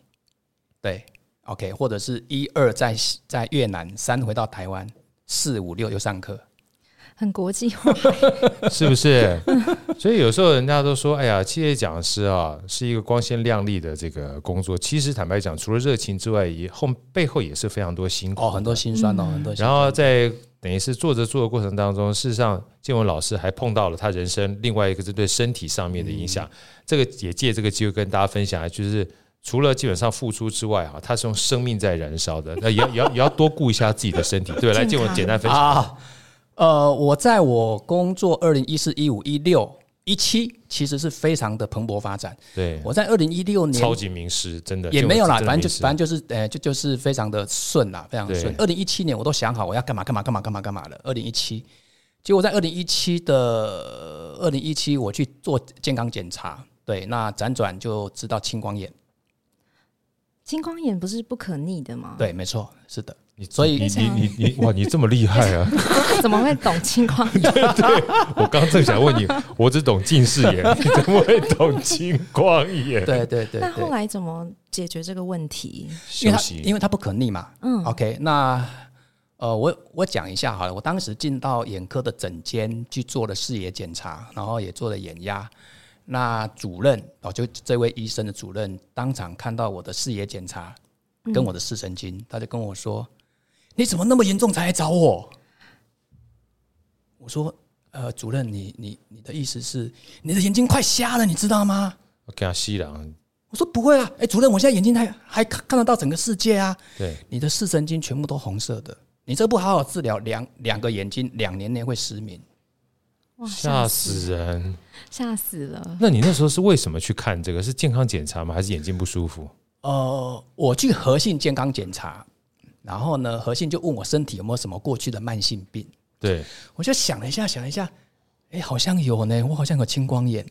S3: 对，OK，或者是一二在在越南，三回到台湾，四五六又上课，
S2: 很国际化。
S1: [laughs] 是不是？所以有时候人家都说，哎呀，企业讲师啊，是一个光鲜亮丽的这个工作。其实坦白讲，除了热情之外，也后背后也是非常多辛苦的。
S3: 哦，很多心酸哦，很多
S1: 嗯
S3: 心
S1: 然后在等于是做着做的过程当中，事实上建文老师还碰到了他人生另外一个是对身体上面的影
S3: 嗯
S1: 响。这个也借这个机会跟大家分享，啊就是除了基本上付出之外，哈，啊他是用生命在燃烧的，那也要也要也要多顾一下自己的身体，对吧？来，
S2: 健
S1: 建文
S2: 康
S1: 简单分享。
S3: 啊，呃，我在我工作二零一四、一五、一六、一七，其实是非常的蓬勃发展。
S1: 对，
S3: 我在二零一六年
S1: 超级名师，真的
S3: 也没有啦，反正就
S1: 反
S3: 反正就是呃，就就是非常的顺啦，非常
S1: 对
S3: 顺。二零一七年我都想好我要干嘛干嘛干嘛干嘛干嘛了。二零一七，结果在二零一七的二零一七我去做健康检查，对，那辗转就知道青光眼，
S2: 青光眼不是不可逆的吗？，
S3: 对，没错，是的。
S1: 你
S3: 所以
S1: 你你你你哇，你这么厉害
S3: [laughs]
S1: 啊！
S2: 怎么会懂青光
S1: [laughs]
S2: 眼？
S1: 我刚正想问你，我只懂近视眼，你怎么会懂青光眼？
S3: 对对对
S2: 那后
S3: 对，
S2: 来怎么解决这个问题？
S3: 因
S1: 休
S3: 为它
S1: 息，
S3: 因为它不可逆嘛。嗯，OK，那呃，我我讲一下好了。我当时进到眼科的诊间去做了视野检查，然后也做了眼压。那主任哦，就这位医生的主任当场看到我的视野检查跟我的视神经，他就跟我说：“你怎么那么严重才来找我？”我说：“呃，主任，你你你的意思是你的眼睛快瞎了，你知道吗？”
S1: 我跟他吸狼，
S3: 我说：“不会啊，哎，主任，我现在眼睛还还看看得到整个世界啊。”
S1: 对，
S3: 你的视神经全部都红色的，你这不好好治疗，两两个眼睛两年内会失明。
S2: 哇，
S1: 吓
S2: 吓
S1: 死人！
S2: 吓死了！
S1: 那你那时候是为什么去看这个？是健康检查吗？还是眼睛不舒服？
S3: 呃，我去核心健康检查，然后呢，核心就问我身体有没有什么过去的慢性病，
S1: 对，
S3: 我就想了一下，想了一下，哎，好像有呢，我好像有青光眼。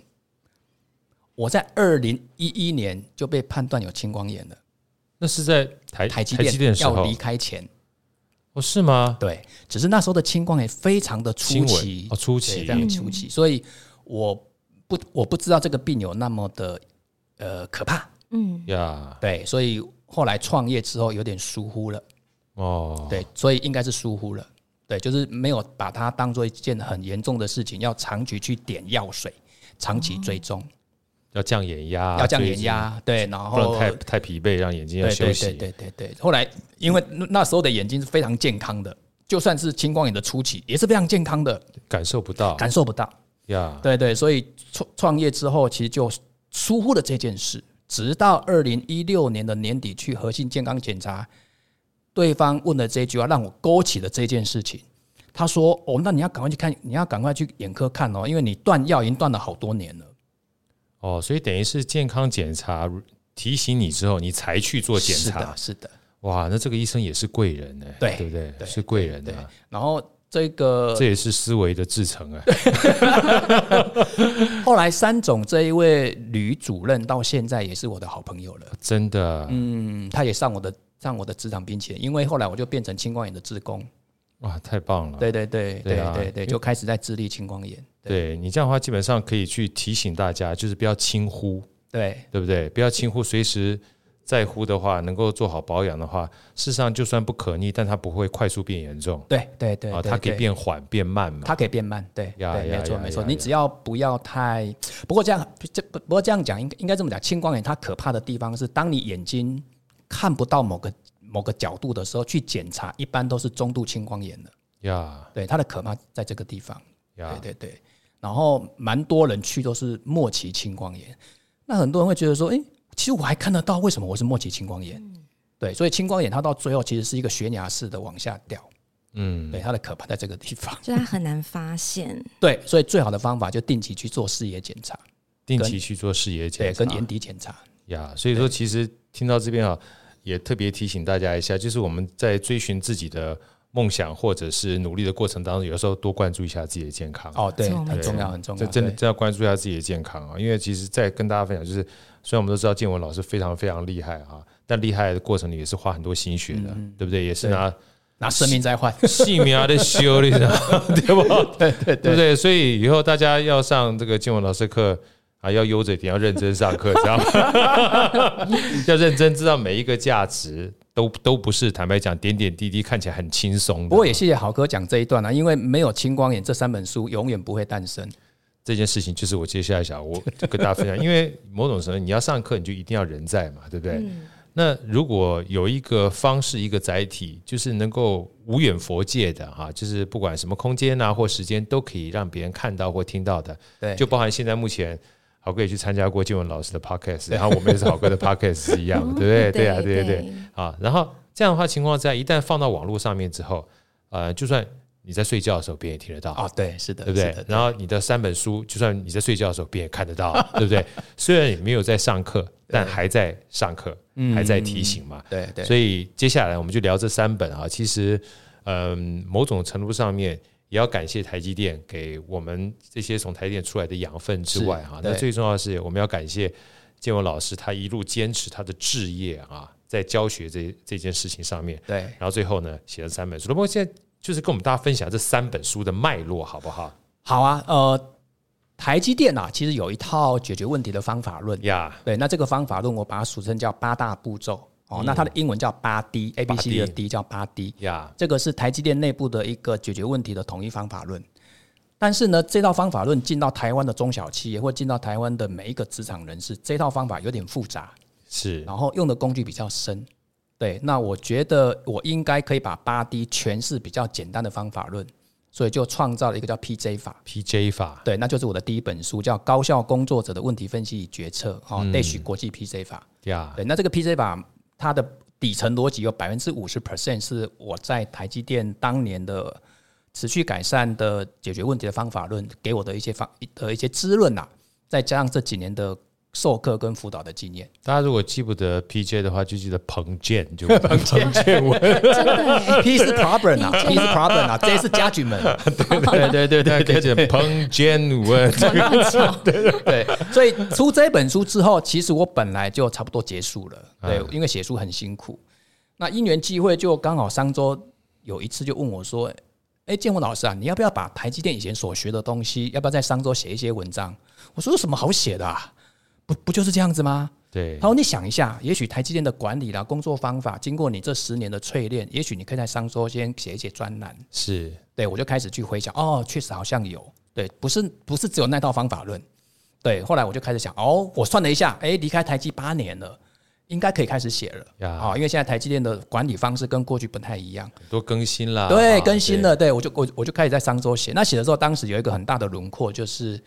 S3: 我在二零一一年就被判断有青光眼了，
S1: 那是在台
S3: 台积
S1: 台积电的时
S3: 要
S1: 候
S3: 离，开前，
S1: 哦，是吗？
S3: 对，只是那时候的青光眼非常的出
S1: 新
S3: 奇
S1: 闻哦，初
S3: 对
S1: 期
S3: 非常出奇，所以我不我不知道这个病有那么的呃可怕，
S2: 嗯，
S1: 呀，
S3: 对，所以后来创业之后有点疏忽了，
S1: 哦，
S3: 对，所以应该是疏忽了，对，就是没有把它当做一件很严重的事情，要长期去点药水，长期追踪，
S1: 要降眼压，
S3: 要降
S1: 所以
S3: 眼压，对，然
S1: 啊不能
S3: 后
S1: 太太疲惫，让眼睛要
S3: 对
S1: 休
S3: 对
S1: 息。
S3: 对对对对，后来因为那那时候的眼睛是非常健康的，就算是青光眼的初期也是非常健康的，
S1: 感受不到
S3: 感受不到。
S1: 呀。
S3: 对对，所以创创业之后，其实就疏忽了这件事，直到二零一六年的年底去核心健康检查，对方问了这句话，让我勾起了这件事情。他说：“哦，那你要赶快去看，你要赶快去眼科看哦，因为你断药已经断了好多年了。
S1: 哦，所以等于是健康检查提醒你之后，你才去做检
S3: 是
S1: 查
S3: 的，。是的。
S1: 哇，那这个医生也是贵人呢，
S3: 对
S1: 对不对？
S3: 对
S1: 是贵人的，
S3: 然后这个
S1: 这也是思维的制成哎。
S3: 后来三总这一位吕主任到现在也是我的好朋友了。
S1: 真的，
S3: 嗯，他也上我的上我的职场冰淇淋，因为后来我就变成青光眼的职工。
S1: 哇，太棒了。
S3: 对对对
S1: 对啊
S3: 对对对，
S1: 因为
S3: 就开始在治理青光眼。
S1: 对你这样的话，基本上可以去提醒大家，就是不要轻忽，
S3: 对
S1: 对不对？不要轻忽，随时在乎的话，能够做好保养的话，事实上就算不可逆，但它不会快速变严重
S3: 对对对
S1: 啊，
S3: 对
S1: 它可以
S3: 对
S1: 变缓变慢嘛。
S3: 它可以变慢，对，
S1: 呀
S3: 对，
S1: 呀
S3: 没错
S1: 呀
S3: 没错。
S1: 呀
S3: 你
S1: 呀
S3: 只要不要太，不过这样这不不过这样讲，应该应该这么讲，青光眼它可怕的地方是，当你眼睛看不到某个某个角度的时候，去检查，一般都是中度青光眼的。
S1: 呀
S3: 对，它的可怕在这个地方。
S1: 呀，
S3: 对对对。然后蛮多人去都是末期青光眼，那很多人会觉得说，诶，其实我还看得到，为什么我是末期青光眼？对，所以青光眼它到最后其实是一个悬崖式的往下掉，
S1: 嗯，
S3: 对，它的可怕在这个地方。 [laughs]
S2: 就他很难
S1: [laughs]
S2: 发现。
S3: 对，所以最好的方法就定期去做视野检查，
S1: 定期去做视野
S3: 对，
S1: 检查
S3: 跟眼底检查，
S1: 呀。所以说，其实听到这边啊，也特别提醒大家一下，就是我们在追寻自己的梦想或者是努力的过程当中，有时候多关注一下自己的健康。
S3: 哦，对，
S2: 这我们
S3: 很
S2: 知道
S3: 重要，很重
S1: 这
S3: 要，
S1: 真的
S3: 对
S1: 真的要关注一下自己的健康啊，因为其实，在跟大家分享，就是虽然我们都知道建文老师非常非常厉害啊，但厉害的过程里也是花很多心血
S3: 嗯
S1: 的，对不对？也是拿
S3: 拿生命在换，
S1: 性命啊在修理的，对不？对对对不对？所以以后大家要上这个建文老师课啊，要悠着一点，要认真上课，知道吗？要认真知道每一个价值都都不是坦白讲点点滴滴看起来很轻松的，
S3: 不过也谢谢豪哥讲这一段啊，因为没有青光眼这三本书永远不会诞生，
S1: 这件事情就是我接下来 [laughs] 想我跟大家分享，因为某种程度你要上课，你就一定要人在嘛，对不对？那如果有一个方式、一个载体，就是能够无远佛界的哈，就是不管什么空间啊或时间，都可以让别人看到或听到的，
S3: 对，
S1: 就包含现在目前。好哥也去参加过建文老师的 podcast，然后我们也是好哥的 podcast [laughs] 是一样的，对不对？对啊，对对对。啊，然后这样的话情况下，一旦放到网络上面之后，呃，就算你在睡觉的时候，别人也听得到
S3: 哦，对，是的，
S1: 对不对
S3: 是的？
S1: 然后你的三本书，就算你在睡觉的时候，别人也看得
S3: [laughs]
S1: 到，啊对不对？虽然你没有在上课，但还在上课，还在提醒嘛。
S3: 对嗯对，
S1: 所以接下来我们就聊这三本啊。其实，嗯，某种程度上面也要感谢台积电给我们这些从台积电出来的养分之外啊，
S3: 是对
S1: 那最重要的是我们要感谢建文老师，他一路坚持他的志业啊，在教学这这件事情上面。
S3: 对，
S1: 然后最后呢，写了三本书。那么现在就是跟我们大家分享这三本书的脉络，好不好？
S3: 好啊，呃，台积电啊，其实有一套解决问题的方法论，
S1: 呀
S3: 对，那这个方法论我把它俗称叫八大步骤，哦，那它的英文叫八 D，A B C D 的 D 叫八 D，
S1: 呀
S3: 这个是台积电内部的一个解决问题的统一方法论。但是呢，这套方法论进到台湾的中小企业或进到台湾的每一个职场人士，这套方法有点复杂，
S1: 是
S3: 然后用的工具比较深。对，那我觉得我应该可以把八 D 诠释比较简单的方法论，所以就创造了一个叫 PJ 法。
S1: PJ 法
S3: 对，那就是我的第一本书，叫《高效工作者的问题分析与决策》哈、哦 d a s h 国际 PJ 法。
S1: 呀
S3: 对，那这个 PJ 法它的底层逻辑有百分之五十 percent 是我在台积电当年的持续改善的解决问题的方法论给我的一些方的一些滋润呐、再加上这几年的授课跟辅导的经验，
S1: 大家如果记不得 PJ 的话，就记得彭建，就彭建 [laughs] 文，
S2: 真的耶
S3: P 是 problem 啊，P 是 problem 啊，J 是家具们，对对
S1: 大
S3: 对对
S1: 家可以
S3: 对
S1: 记得
S3: 对
S1: 彭建文。
S3: 对，所以出这本书之后，其实我本来就差不多结束了，对，因为写书很辛苦。那因缘际会，就刚好商周有一次就问我说：“哎，建文老师啊，你要不要把台积电以前所学的东西，要不要在商周写一些文章？”我说：“有什么好写的、啊？不不就是这样子吗？”
S1: 对
S3: 他说：“你想一下，也许台积电的管理啦、工作方法，经过你这十年的淬炼，也许你可以在商周先写一写专栏。”
S1: 是
S3: 对我就开始去回想，哦，确实好像有，对，不是不是只有那套方法论，对，后来我就开始想，哦，我算了一下，诶，离开台积八年了，应该可以开始写了。
S1: 呀
S3: 啊、因为现在台积电的管理方式跟过去不太一样，
S1: 很多更新啦，
S3: 对，
S1: 啊
S3: 更新。了，对我就我我就开始在商周写。那写的时候，当时有一个很大的轮廓，就是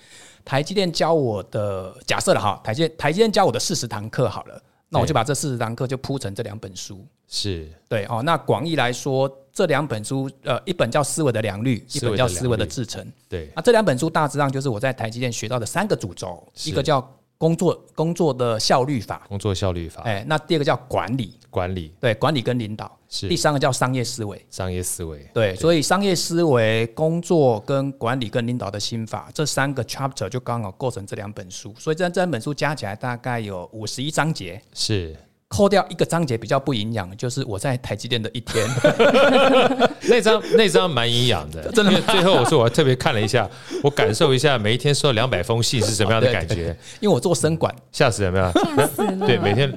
S3: 台积电教我的假设了哈，台积台积电教我的四十堂课好了，那我就把这四十堂课就铺成这两本书。
S1: 是
S3: 对哦，那广义来说，这两本书，呃，一本叫《思维的良率》，一
S1: 思维的
S3: 本叫《思维的
S1: 良率
S3: 制程》。
S1: 对
S3: 啊，这两本书大致上就是我在台积电学到的三个主轴，
S1: 是
S3: 一个叫工作工作的效率法，
S1: 工作效率法、
S3: 哎，那第二个叫管理，
S1: 管理
S3: 对，管理跟领导，
S1: 是
S3: 第三个叫商业思维。
S1: 商业思维，
S3: 对，所以商业思维、工作跟管理跟领导的心法这三个 chapter 就刚好构成这两本书，所以这这两本书加起来大概有五十一章节，
S1: 是
S3: 扣掉一个章节比较不营养，就是我在台积电的一天。
S1: [laughs]
S3: [laughs]
S1: 那张那张蛮营养
S3: [laughs]
S1: 的，真的。最后我说我还特别看了一下，我感受一下每一天
S3: [laughs]
S1: 收到两百封信是什么样的感觉，
S3: 因为我做生管，
S1: 吓死人没有？
S2: 吓死了。
S1: [laughs]
S3: [laughs]
S1: 对，每天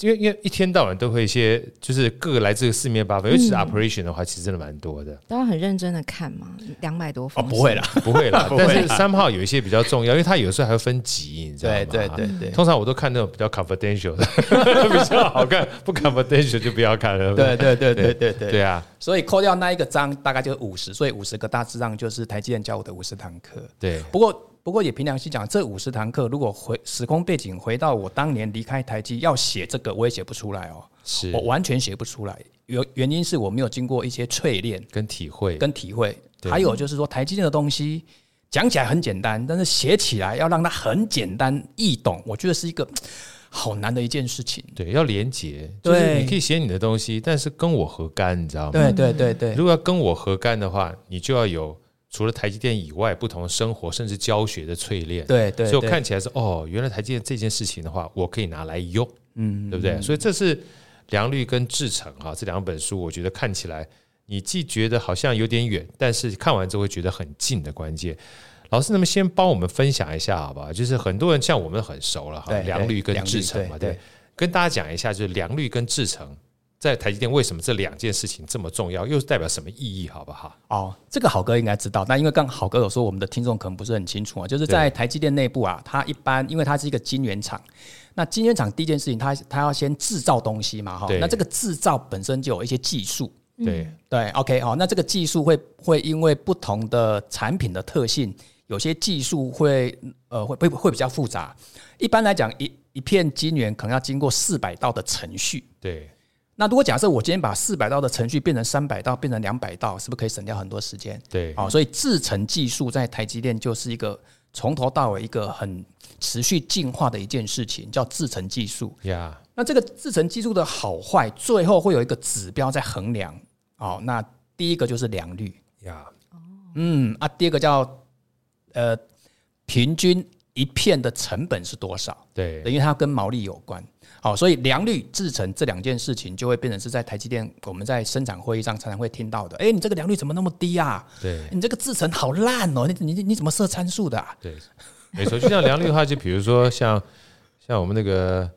S1: 因为因为一天到晚都会一些，就是各个来自四面八方，尤
S3: 嗯
S1: 其是 operation 的话，其实真的蛮多的。
S2: 都要很认真的看嘛，两百多
S3: 哦，
S2: 封、
S3: 不会，啦，
S1: 不会啦
S3: [laughs] ，不会
S1: 但
S3: 啦
S1: 是三号有一些比较重要，因为它有时候还会分级，你知道吗？
S3: 对对对对
S1: 通常我都看那种比较 confidential 的， [laughs] 比较好看，不 confidential 就不要看了。
S3: 对对对对对
S1: [laughs] 对
S3: 对
S1: 对啊，
S3: 所以扣掉那一个章，大概就是五十，所以五十个大致上就是台积电教我的五十堂课。
S1: 对
S3: 不过，不过也凭良心讲，这五十堂课如果回时空背景回到我当年离开台积要写这个，我也写不出来哦，
S1: 是
S3: 我完全写不出来。原原因是我没有经过一些淬炼
S1: 跟体会，
S3: 跟体会，
S1: 对
S3: 还有就是说台积电的东西讲起来很简单，但是写起来要让它很简单易懂，我觉得是一个好难的一件事情。
S1: 对要连结，就
S3: 对
S1: 是你可以写你的东西，但是跟我何干，你知道吗？
S3: 对对对对，
S1: 如果要跟我何干的话，你就要有除了台积电以外不同生活甚至教学的淬炼。
S3: 对对，
S1: 所以我
S3: 对
S1: 看起来是哦，原来台积电这件事情的话，我可以拿来用，嗯，对不对？所以这是良率跟至诚哈这两本书，我觉得看起来你既觉得好像有点远，但是看完之后会觉得很近的关键。老师，那么先帮我们分享一下好不好？就是很多人像我们很熟了哈，
S3: 对
S1: 良率
S3: 对
S1: 跟至诚
S3: 良率
S1: 嘛，
S3: 对
S1: 对，跟大家讲一下，就是良率跟至诚在台积电为什么这两件事情这么重要，又是代表什么意义，好不好？
S3: 哦，这个好哥应该知道，但因为刚好哥有说，我们的听众可能不是很清楚啊，就是在台积电内部啊，它一般因为它是一个晶圆厂，那晶圆厂第一件事情它，它要先制造东西嘛，哈
S1: 对，
S3: 那这个制造本身就有一些技术。
S1: 对，
S3: 对，OK，好、那这个技术会会因为不同的产品的特性，有些技术会呃会会会比较复杂。一般来讲，一一片晶圆可能要经过四百道的程序，
S1: 对，
S3: 那如果假设我今天把四百道的程序变成三百道，变成两百道，是不是可以省掉很多时间？
S1: 对，
S3: 哦好、所以制程技术在台积电就是一个从头到尾一个很持续进化的一件事情，叫制程技术。
S1: 呀，
S3: 那这个制程技术的好坏，最后会有一个指标在衡量。哦，那第一个就是良率，
S1: 呀，
S3: 嗯啊，第二个叫呃平均一片的成本是多少？
S1: 对，
S3: 因为它跟毛利有关。好，所以良率、制程这两件事情就会变成是在台积电我们在生产会议上常常会听到的。哎，你这个良率怎么那么低啊？
S1: 对。
S3: 你这个制程好烂哦！你你你怎么设参数的、啊？
S1: 对， [laughs] 没错。就像良率的话，就比如说像像我们那个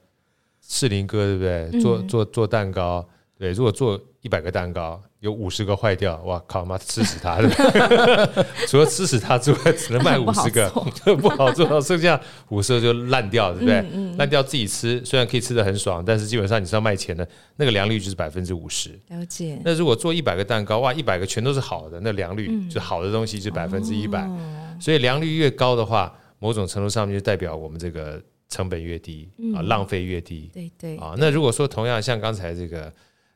S1: 士林哥，对不
S2: 嗯
S1: 对？做做做蛋糕，对，如果做一百个蛋糕，有五十个坏掉，哇靠妈，吃死
S2: [laughs]
S1: 他！对不对 [laughs] 除了吃死他之外，只能卖
S2: 不
S1: 五
S2: 好
S1: 十个
S2: 做，嗯
S1: 就 [laughs] 不好做，剩下五十个就烂掉，对不对？烂掉自己吃，虽然可以吃的很爽，但是基本上你是要卖钱的，那个良率就是百分之五十。
S2: 了解。
S1: 那如果做一百个蛋糕，哇，一百个全都是好的，那良率、就好的东西就百分之一百，所以良率越高的话，某种程度上面就代表我们这个成本越低、啊，浪费越低
S2: 对对，
S1: 啊。那如果说同样像刚才这个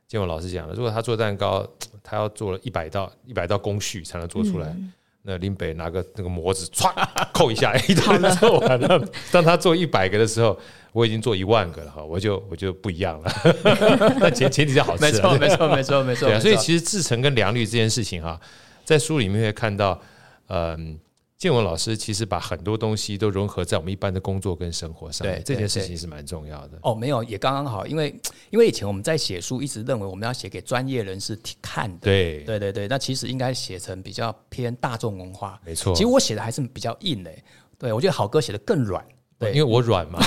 S1: 建文老师讲的，如果他做蛋糕，他要做了一百道一百道工序才能做出来。那林北拿个那个模子歘扣一下，一道就做完了。当他做一百个的时候，我已经做一万个了哈，我就我就不一样了。 [laughs] 那前前提是好吃啊，对
S3: 没错，没错，没 [laughs]
S1: 对啊，所以
S3: 没错
S1: 其实制程跟良率这件事情哈、在书里面会看到，嗯、建文老师其实把很多东西都融合在我们一般的工作跟生活上面，
S3: 对
S1: 这件事
S3: 对
S1: 情是蛮重要的。
S3: 哦，没有，也刚刚好，因为因为以前我们在写书，一直认为我们要写给专业人士听看的。
S1: 对，
S3: 对对对，那其实应该写成比较偏大众文化。
S1: 没错
S3: 其实我写的还是比较硬的、欸对我觉得好哥写的更软。对
S1: 因为我软
S3: [laughs]
S1: 嘛，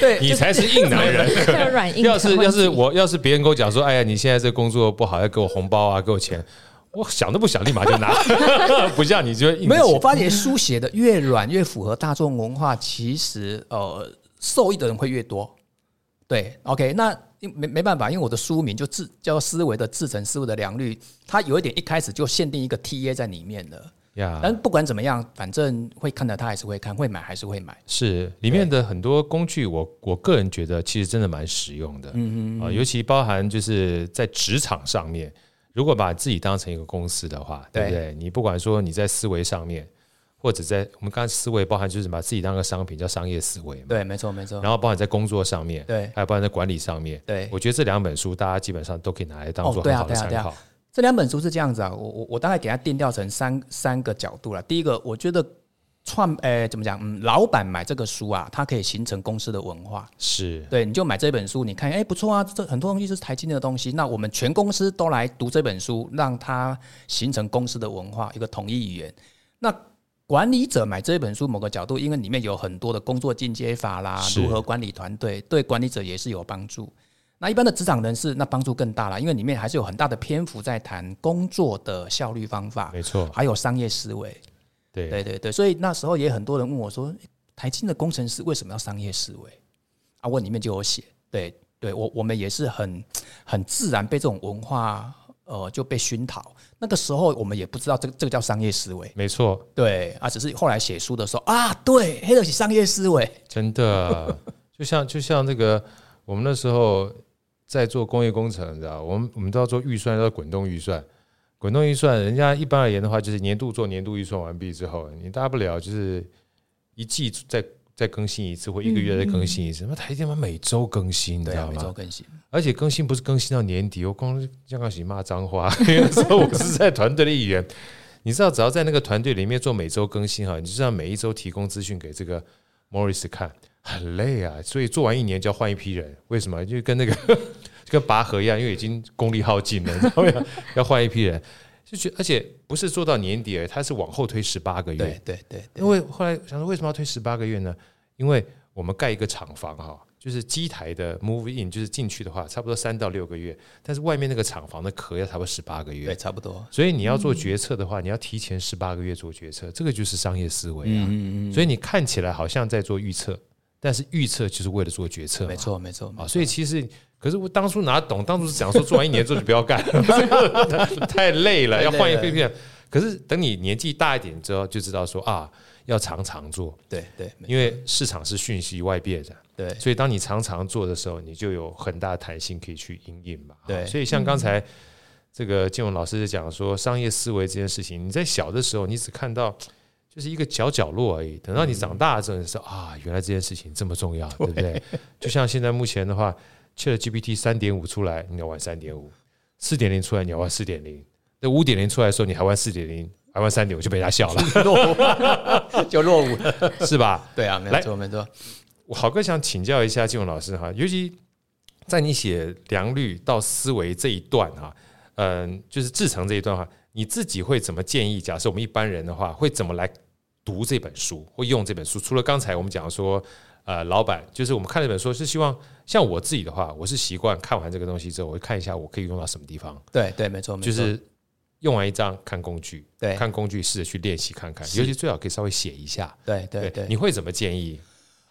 S3: 对
S1: 你才是硬男
S2: [laughs]
S1: 人。
S2: 这个软硬
S1: 要是
S2: 成问
S1: 要是
S2: 题
S1: 我要是别人跟我讲说，哎呀，你现在这工作不好，要给我红包啊，给我钱，我想都不想，立马就拿， [laughs] 不像你就硬
S3: 没有，
S1: 起
S3: 我发觉书写的越软越符合大众文化，其实呃，受益的人会越多。对，OK，那因没没办法，因为我的书名就自叫思维的自成思维的良率，它有一点一开始就限定一个 TA 在里面了。
S1: 呀。
S3: 但不管怎么样，反正会看的他还是会看，会买还是会买。
S1: 是里面的很多工具我，我个人觉得其实真的蛮实用的，嗯嗯啊、尤其包含就是在职场上面，如果把自己当成一个公司的话，对不
S3: 对
S1: 对？你不管说你在思维上面，或者在我们刚才思维包含就是把自己当个商品，叫商业思维嘛，
S3: 对，没错，没错。
S1: 嗯然后包含在工作上面，
S3: 嗯对
S1: 还有包含在管理上面，
S3: 对
S1: 我觉得这两本书大家基本上都可以拿来当做
S3: 哦对
S1: 很
S3: 啊
S1: 好的
S3: 对啊
S1: 参
S3: 对啊
S1: 考，
S3: 这两本书是这样子啊，我我我大概给它定调成三三个角度了。第一个，我觉得创呃怎么讲，嗯，老板买这个书啊，它可以形成公司的文化。
S1: 是
S3: 对，你就买这本书，你看，哎，不错啊，这很多东西是台积电的东西。那我们全公司都来读这本书，让它形成公司的文化，一个统一语言。那管理者买这一本书，某个角度，因为里面有很多的工作进阶法啦，
S1: 是
S3: 如何管理团队，对管理者也是有帮助。那一般的职场人士，那帮助更大了，因为里面还是有很大的篇幅在谈工作的效率方法，
S1: 没错，
S3: 还有商业思维。
S1: 对，
S3: 啊对对对，所以那时候也很多人问我说，诶台积的工程师为什么要商业思维？啊，我里面就有写，对对，我我们也是很很自然被这种文化呃就被熏陶。那个时候我们也不知道这个这个叫商业思维，
S1: 没错，
S3: 对啊，只是后来写书的时候啊，对，黑的是商业思维，
S1: 真的， [laughs] 就像就像那个我们那时候在做工业工程，你知道，我们我们都要做预算，要滚动预算。滚动预算，人家一般而言的话，就是年度做年度预算完毕之后，你大不了就是一季再再更新一次，或一个月再更新一次。那台积电每周更新，你知
S3: 嗯对啊，
S1: 道
S3: 每周
S1: 吗？
S3: 更新，
S1: 而且更新不是更新到年底，我光刚开始骂脏话， [laughs] 因为那时候我是在团队的一员。你知道，只要在那个团队里面做每周更新哈，你就要每一周提供资讯给这个 Morris 看，很累啊。所以做完一年就要换一批人，为什么？就跟那个 [laughs] 就跟拔河一样，因为已经功力耗尽了， [laughs] 你知道吗？要换一批人，就觉而且不是做到年底而已，他是往后推十八个月。
S3: 对对对对，
S1: 因为后来想说，为什么要推十八个月呢？因为我们盖一个厂房哈，就是机台的 move in，就是进去的话，差不多三到六个月，但是外面那个厂房的壳要差不多十八个
S3: 对，
S1: 月。
S3: 差不多，
S1: 所以你要
S3: 嗯
S1: 做决策的话，你要提前十八个月做决策，这个就是商业思维啊。
S3: 嗯嗯
S1: 所以你看起来好像在做预测，但是预测就是为了做决策
S3: 嗯，
S1: 嘛
S3: 没错没错，
S1: 啊。所以其实，可是我当初哪懂？当初是想说做完一年之后就不要干
S3: [laughs]
S1: 了，太累了，
S3: 太累了
S1: 要换一批片。可是等你年纪大一点之后，就知道说啊，要常常做。
S3: 对对没
S1: 因为市场是讯息外变的，
S3: 对
S1: 所以当你常常做的时候，你就有很大的弹性可以去应应嘛。
S3: 对
S1: 所以像刚才这个建文老师讲说，商业思维这件事情，你在小的时候你只看到就是一个小角落而已，等到你长大了之后，你说啊，原来这件事情这么重要，对不对？ [laughs] 就像现在目前的话，Chat GPT 三点五出来，你要玩三点
S3: [laughs]
S1: 五；四点零出来，你要玩四点零；那五点零出来的时候，你还玩四点零，还玩三点，我就被人家
S3: [laughs]
S1: 笑了，
S3: 落伍 [laughs] 就落伍了，
S1: 是吧？
S3: 对啊，没
S1: 来
S3: 错没错，
S1: 我好哥想请教一下金勇老师哈，尤其在你写良率到思维这一段哈，嗯，就是志成这一段哈，你自己会怎么建议？假设我们一般人的话，会怎么来读这本书或用这本书？除了刚才我们讲说，呃，老板就是我们看这本书是希望，像我自己的话，我是习惯看完这个东西之后，我会看一下我可以用到什么地方，
S3: 对对没错，没错
S1: 就是用完一张看工具，
S3: 对
S1: 看工具试着去练习看看，
S3: 是
S1: 尤其最好可以稍微写一下。
S3: 对对对
S1: 你。会怎么建议？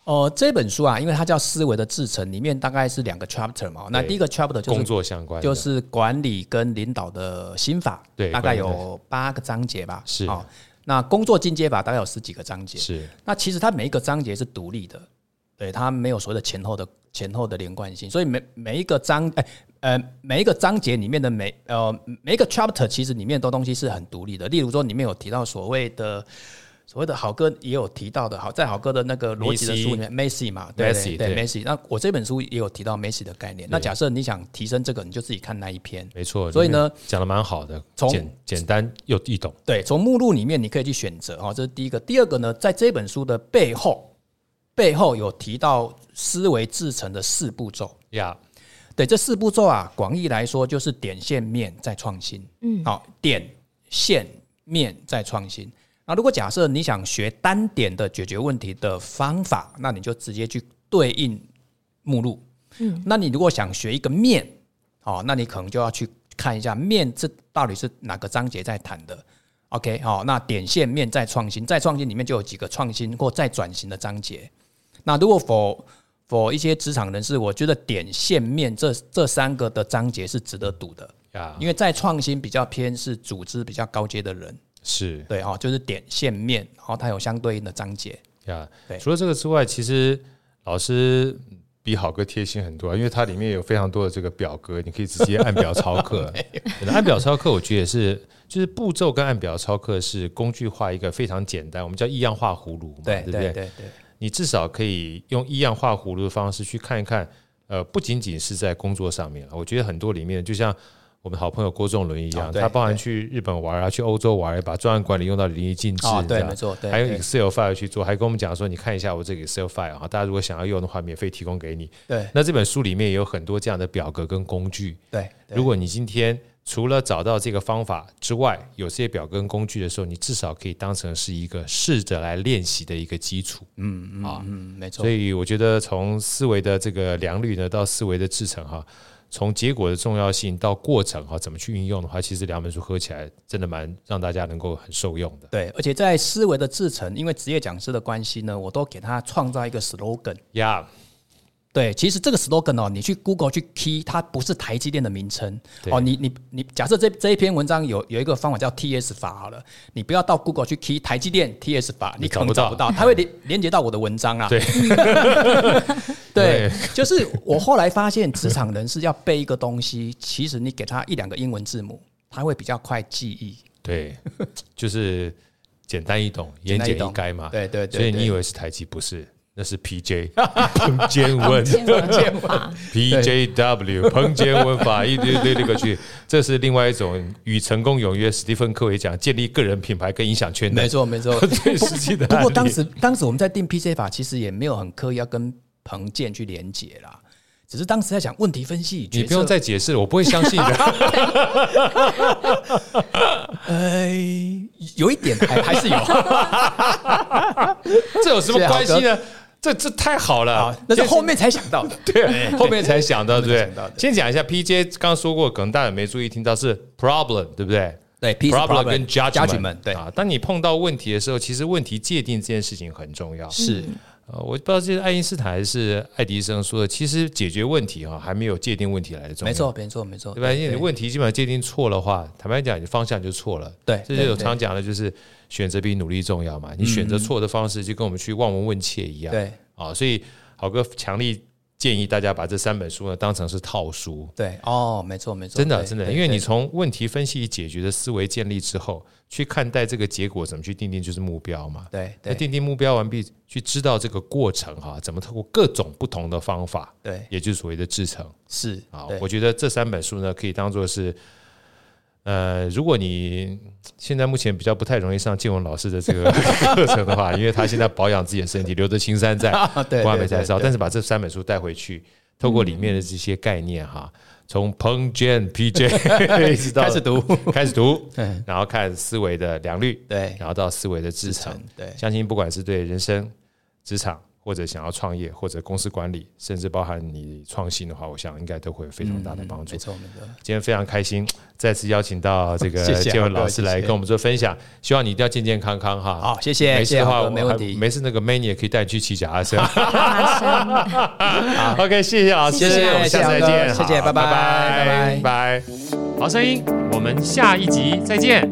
S3: 哦，这本书啊，因为它叫《思维的制成》，里面大概是两个 chapter 嘛。那第一个 chapter 就
S1: 工
S3: 是
S1: 作相关的
S3: 就是管理跟领导的心法，
S1: 对
S3: 大
S1: 管
S3: 概
S1: 理
S3: 有八个章节吧。
S1: 是
S3: 哦，那工作进阶法大概有十几个章节。
S1: 是。
S3: 那其实它每一个章节是独立的，对，它没有所谓的前后的前后的连贯性，所以每每一个章，哎、呃，每一个章节里面的每呃每一个 chapter 其实里面的东西是很独立的。例如说，里面有提到所谓的。所谓的好哥也有提到的，好在好哥的那个逻辑的
S1: Macy
S3: 书里面，Macy 嘛，对
S1: Macy，
S3: 对对
S1: 对
S3: Macy。那我这本书也有提到 Macy 的概念。那假设你想提升这个，你就自己看那一篇。
S1: 没错，
S3: 所以呢，
S1: 讲的蛮好的，
S3: 从
S1: 简简单又易懂，
S3: 对，从目录里面你可以去选择哈、哦，这是第一个。第二个呢，在这本书的背后，背后有提到思维制成的四步骤。
S1: 呀、
S3: 对，这四步骤啊，广义来说就是点、线、面再创新。嗯，好、点、线、面再创新。那如果假设你想学单点的解决问题的方法，那你就直接去对应目录。嗯，那你如果想学一个面，哦，那你可能就要去看一下面这到底是哪个章节在谈的。OK，好、那点线面再创新，再创新里面就有几个创新或再转型的章节。那如果 for for 一些职场人士，我觉得点线面这这三个的章节是值得读的，
S1: 呀，
S3: 因为再创新比较偏是组织比较高阶的人，
S1: 是
S3: 对哈、哦，就是点线面，然后它有相对应的章节。
S1: 呀。
S3: 对
S1: 除了这个之外，其实老师比好哥贴心很多，啊因为它里面有非常多的这个表格，你可以直接按表操
S3: [laughs]
S1: 课。对的按表操课，我觉得也是，就是步骤跟按表操课是工具化一个非常简单，我们叫异样化葫芦嘛，
S3: 对
S1: 不
S3: 对对对
S1: 你至少可以用异样化葫芦的方式去看一看，呃，不仅仅是在工作上面啊了，我觉得很多里面，就像我们好朋友郭仲伦一样，
S3: 哦对
S1: 他包含去日本玩啊，去欧洲玩，把专案管理用到淋漓尽致，
S3: 哦，
S1: 你知
S3: 对，
S1: 道
S3: 没错，
S1: 啊
S3: 对，
S1: 还有
S3: 对
S1: Excel file 去做，还跟我们讲说，你看一下我这个 Excel file 啊，大家如果想要用的话，免费提供给你。
S3: 对
S1: 那这本书里面也有很多这样的表格跟工具，
S3: 对，对
S1: 如果你今天除了找到这个方法之外，有这些表跟工具的时候，你至少可以当成是一个试着来练习的一个基础。
S3: 嗯啊，嗯，没错
S1: 所，以我觉得从思维的这个良率呢，到思维的制成哈，从结果的重要性到过程哈，怎么去运用的话，其实两本书合起来真的蛮让大家能够很受用的。
S3: 对，而且在思维的制成，因为职业讲师的关系呢，我都给他创造一个 slogan。
S1: 呀、
S3: 对，其实这个 slogan 哦，你去 Google 去 key，它不是台积电的名称
S1: 对
S3: 哦。你你你，假设这这一篇文章有有一个方法叫 TS 法好了，你不要到 Google 去 key 台积电 TS 法，
S1: 你
S3: 你
S1: 找
S3: 可
S1: 不
S3: 能找不到，它会连连接到我的文章啊。
S1: 对
S3: 对，就是我后来发现，职场人士要背一个东西，其实你给他一两个英文字母，他会比较快记忆。
S1: 对， [laughs] 就是简单易懂，
S3: [laughs] 简
S1: 言
S3: 单易
S1: 简
S3: 懂
S1: 意赅嘛。
S3: 对对对
S1: 所以
S3: 对
S1: 你以为是台积，不是，那是
S3: [laughs]
S1: PJ 彭坚文 [laughs]
S2: 文法，
S1: PJW 彭坚文法一堆堆那个去，这是另外一种与成功有约。史蒂芬·科维讲建立个人品牌跟影响圈的
S3: 没错，没错。
S1: [laughs] 最实际的
S3: 不
S1: 案
S3: 过
S1: 例
S3: 当时当时我们在定 PC 法，其实也没有很刻意要跟彭建去连结啦，只是当时在讲问题分析。
S1: 你
S3: 决
S1: 不用
S3: 策
S1: 再解释，我不会相信
S3: [laughs]
S1: 的。
S3: 呃，有一点
S1: [laughs]
S3: 还还是有
S1: 这有什么关系呢？这这太好了
S3: 啊，，那是后面才想到的。
S1: 对， [laughs] 后面才想到，
S3: 后面才
S1: 对
S3: 想
S1: 不对
S3: 到对？
S1: 先讲一下 PJ，刚刚说过，可能大家也没注意听到是 problem，对不对？
S3: 对 peace
S1: problem
S3: problem，
S1: 跟 judgment，
S3: judgment，对
S1: 啊。当你碰到问题的时候，其实问题界定这件事情很重要。
S3: 是
S1: 呃，我不知道这是爱因斯坦还是爱迪生说的，其实解决问题哈、还没有界定问题来的重要。
S3: 没错，没错，没错，
S1: 对吧？因为你问题基本上界定错的话，坦白讲，你方向就错了。
S3: 对
S1: 这就是我
S3: 对对
S1: 常讲的，就是选择比努力重要嘛。你选择错的方式，就跟我们去望闻问切一样。
S3: 对
S1: 啊，所以好哥强力建议大家把这三本书呢当成是套书，
S3: 对哦，没错，没错，
S1: 真的
S3: 对
S1: 真的，
S3: 对
S1: 因为
S3: 对
S1: 你从问题分析与解决的思维建立之后，去看待这个结果怎么去定定就是目标嘛。
S3: 对
S1: 那
S3: 对
S1: 定定目标完毕，去知道这个过程哈、怎么透过各种不同的方法，
S3: 对
S1: 也就是所谓的制成。
S3: 是
S1: 啊
S3: 对，
S1: 我觉得这三本书呢，可以当做是，呃，如果你现在目前比较不太容易上建文老师的这个 [laughs] 课程的话，因为他现在保养自己的身体，留着青山在，
S3: 啊， [laughs] 对，
S1: 我还
S3: 对
S1: 没
S3: 对
S1: 太烧，
S3: 对
S1: 但是把这三本书带回去，透过里面的这些概念哈，从 Peng Jan
S3: [laughs]
S1: PJ 一直到
S3: 开始读，
S1: [laughs] 开始
S3: [laughs]
S1: 读
S3: 嗯，
S1: 然后看思维的良率，
S3: 对
S1: 然后到思维的制程，
S3: 对
S1: 相信不管是对人生、职场，或者想要创业，或者公司管理，甚至包含你创新的话，我想应该都会有非常大的帮助
S3: 嗯没。错，没错。
S1: 今天非常开心，再次邀请到这个
S3: 谢谢
S1: 建文
S3: 好
S1: 老
S3: 的
S1: 师
S3: 谢谢
S1: 来跟我们做分享，希望你一定要健健康康哈。
S3: 好，谢谢，
S1: 没
S3: 谢
S1: 事
S3: 谢
S1: 的话，我
S3: 浩哥，没问
S1: 还
S3: 题。
S1: 没事，那个 Many 也可以带你去骑脚踏
S3: [laughs]
S1: 车。
S2: 爬山。
S1: OK，谢啊谢老师，
S2: 谢谢
S1: 我们下次再
S3: 谢谢
S1: 见，
S3: 谢谢
S1: 好
S3: 拜拜
S1: 拜
S3: 拜
S1: 拜，拜。好声音，我们下一集再见。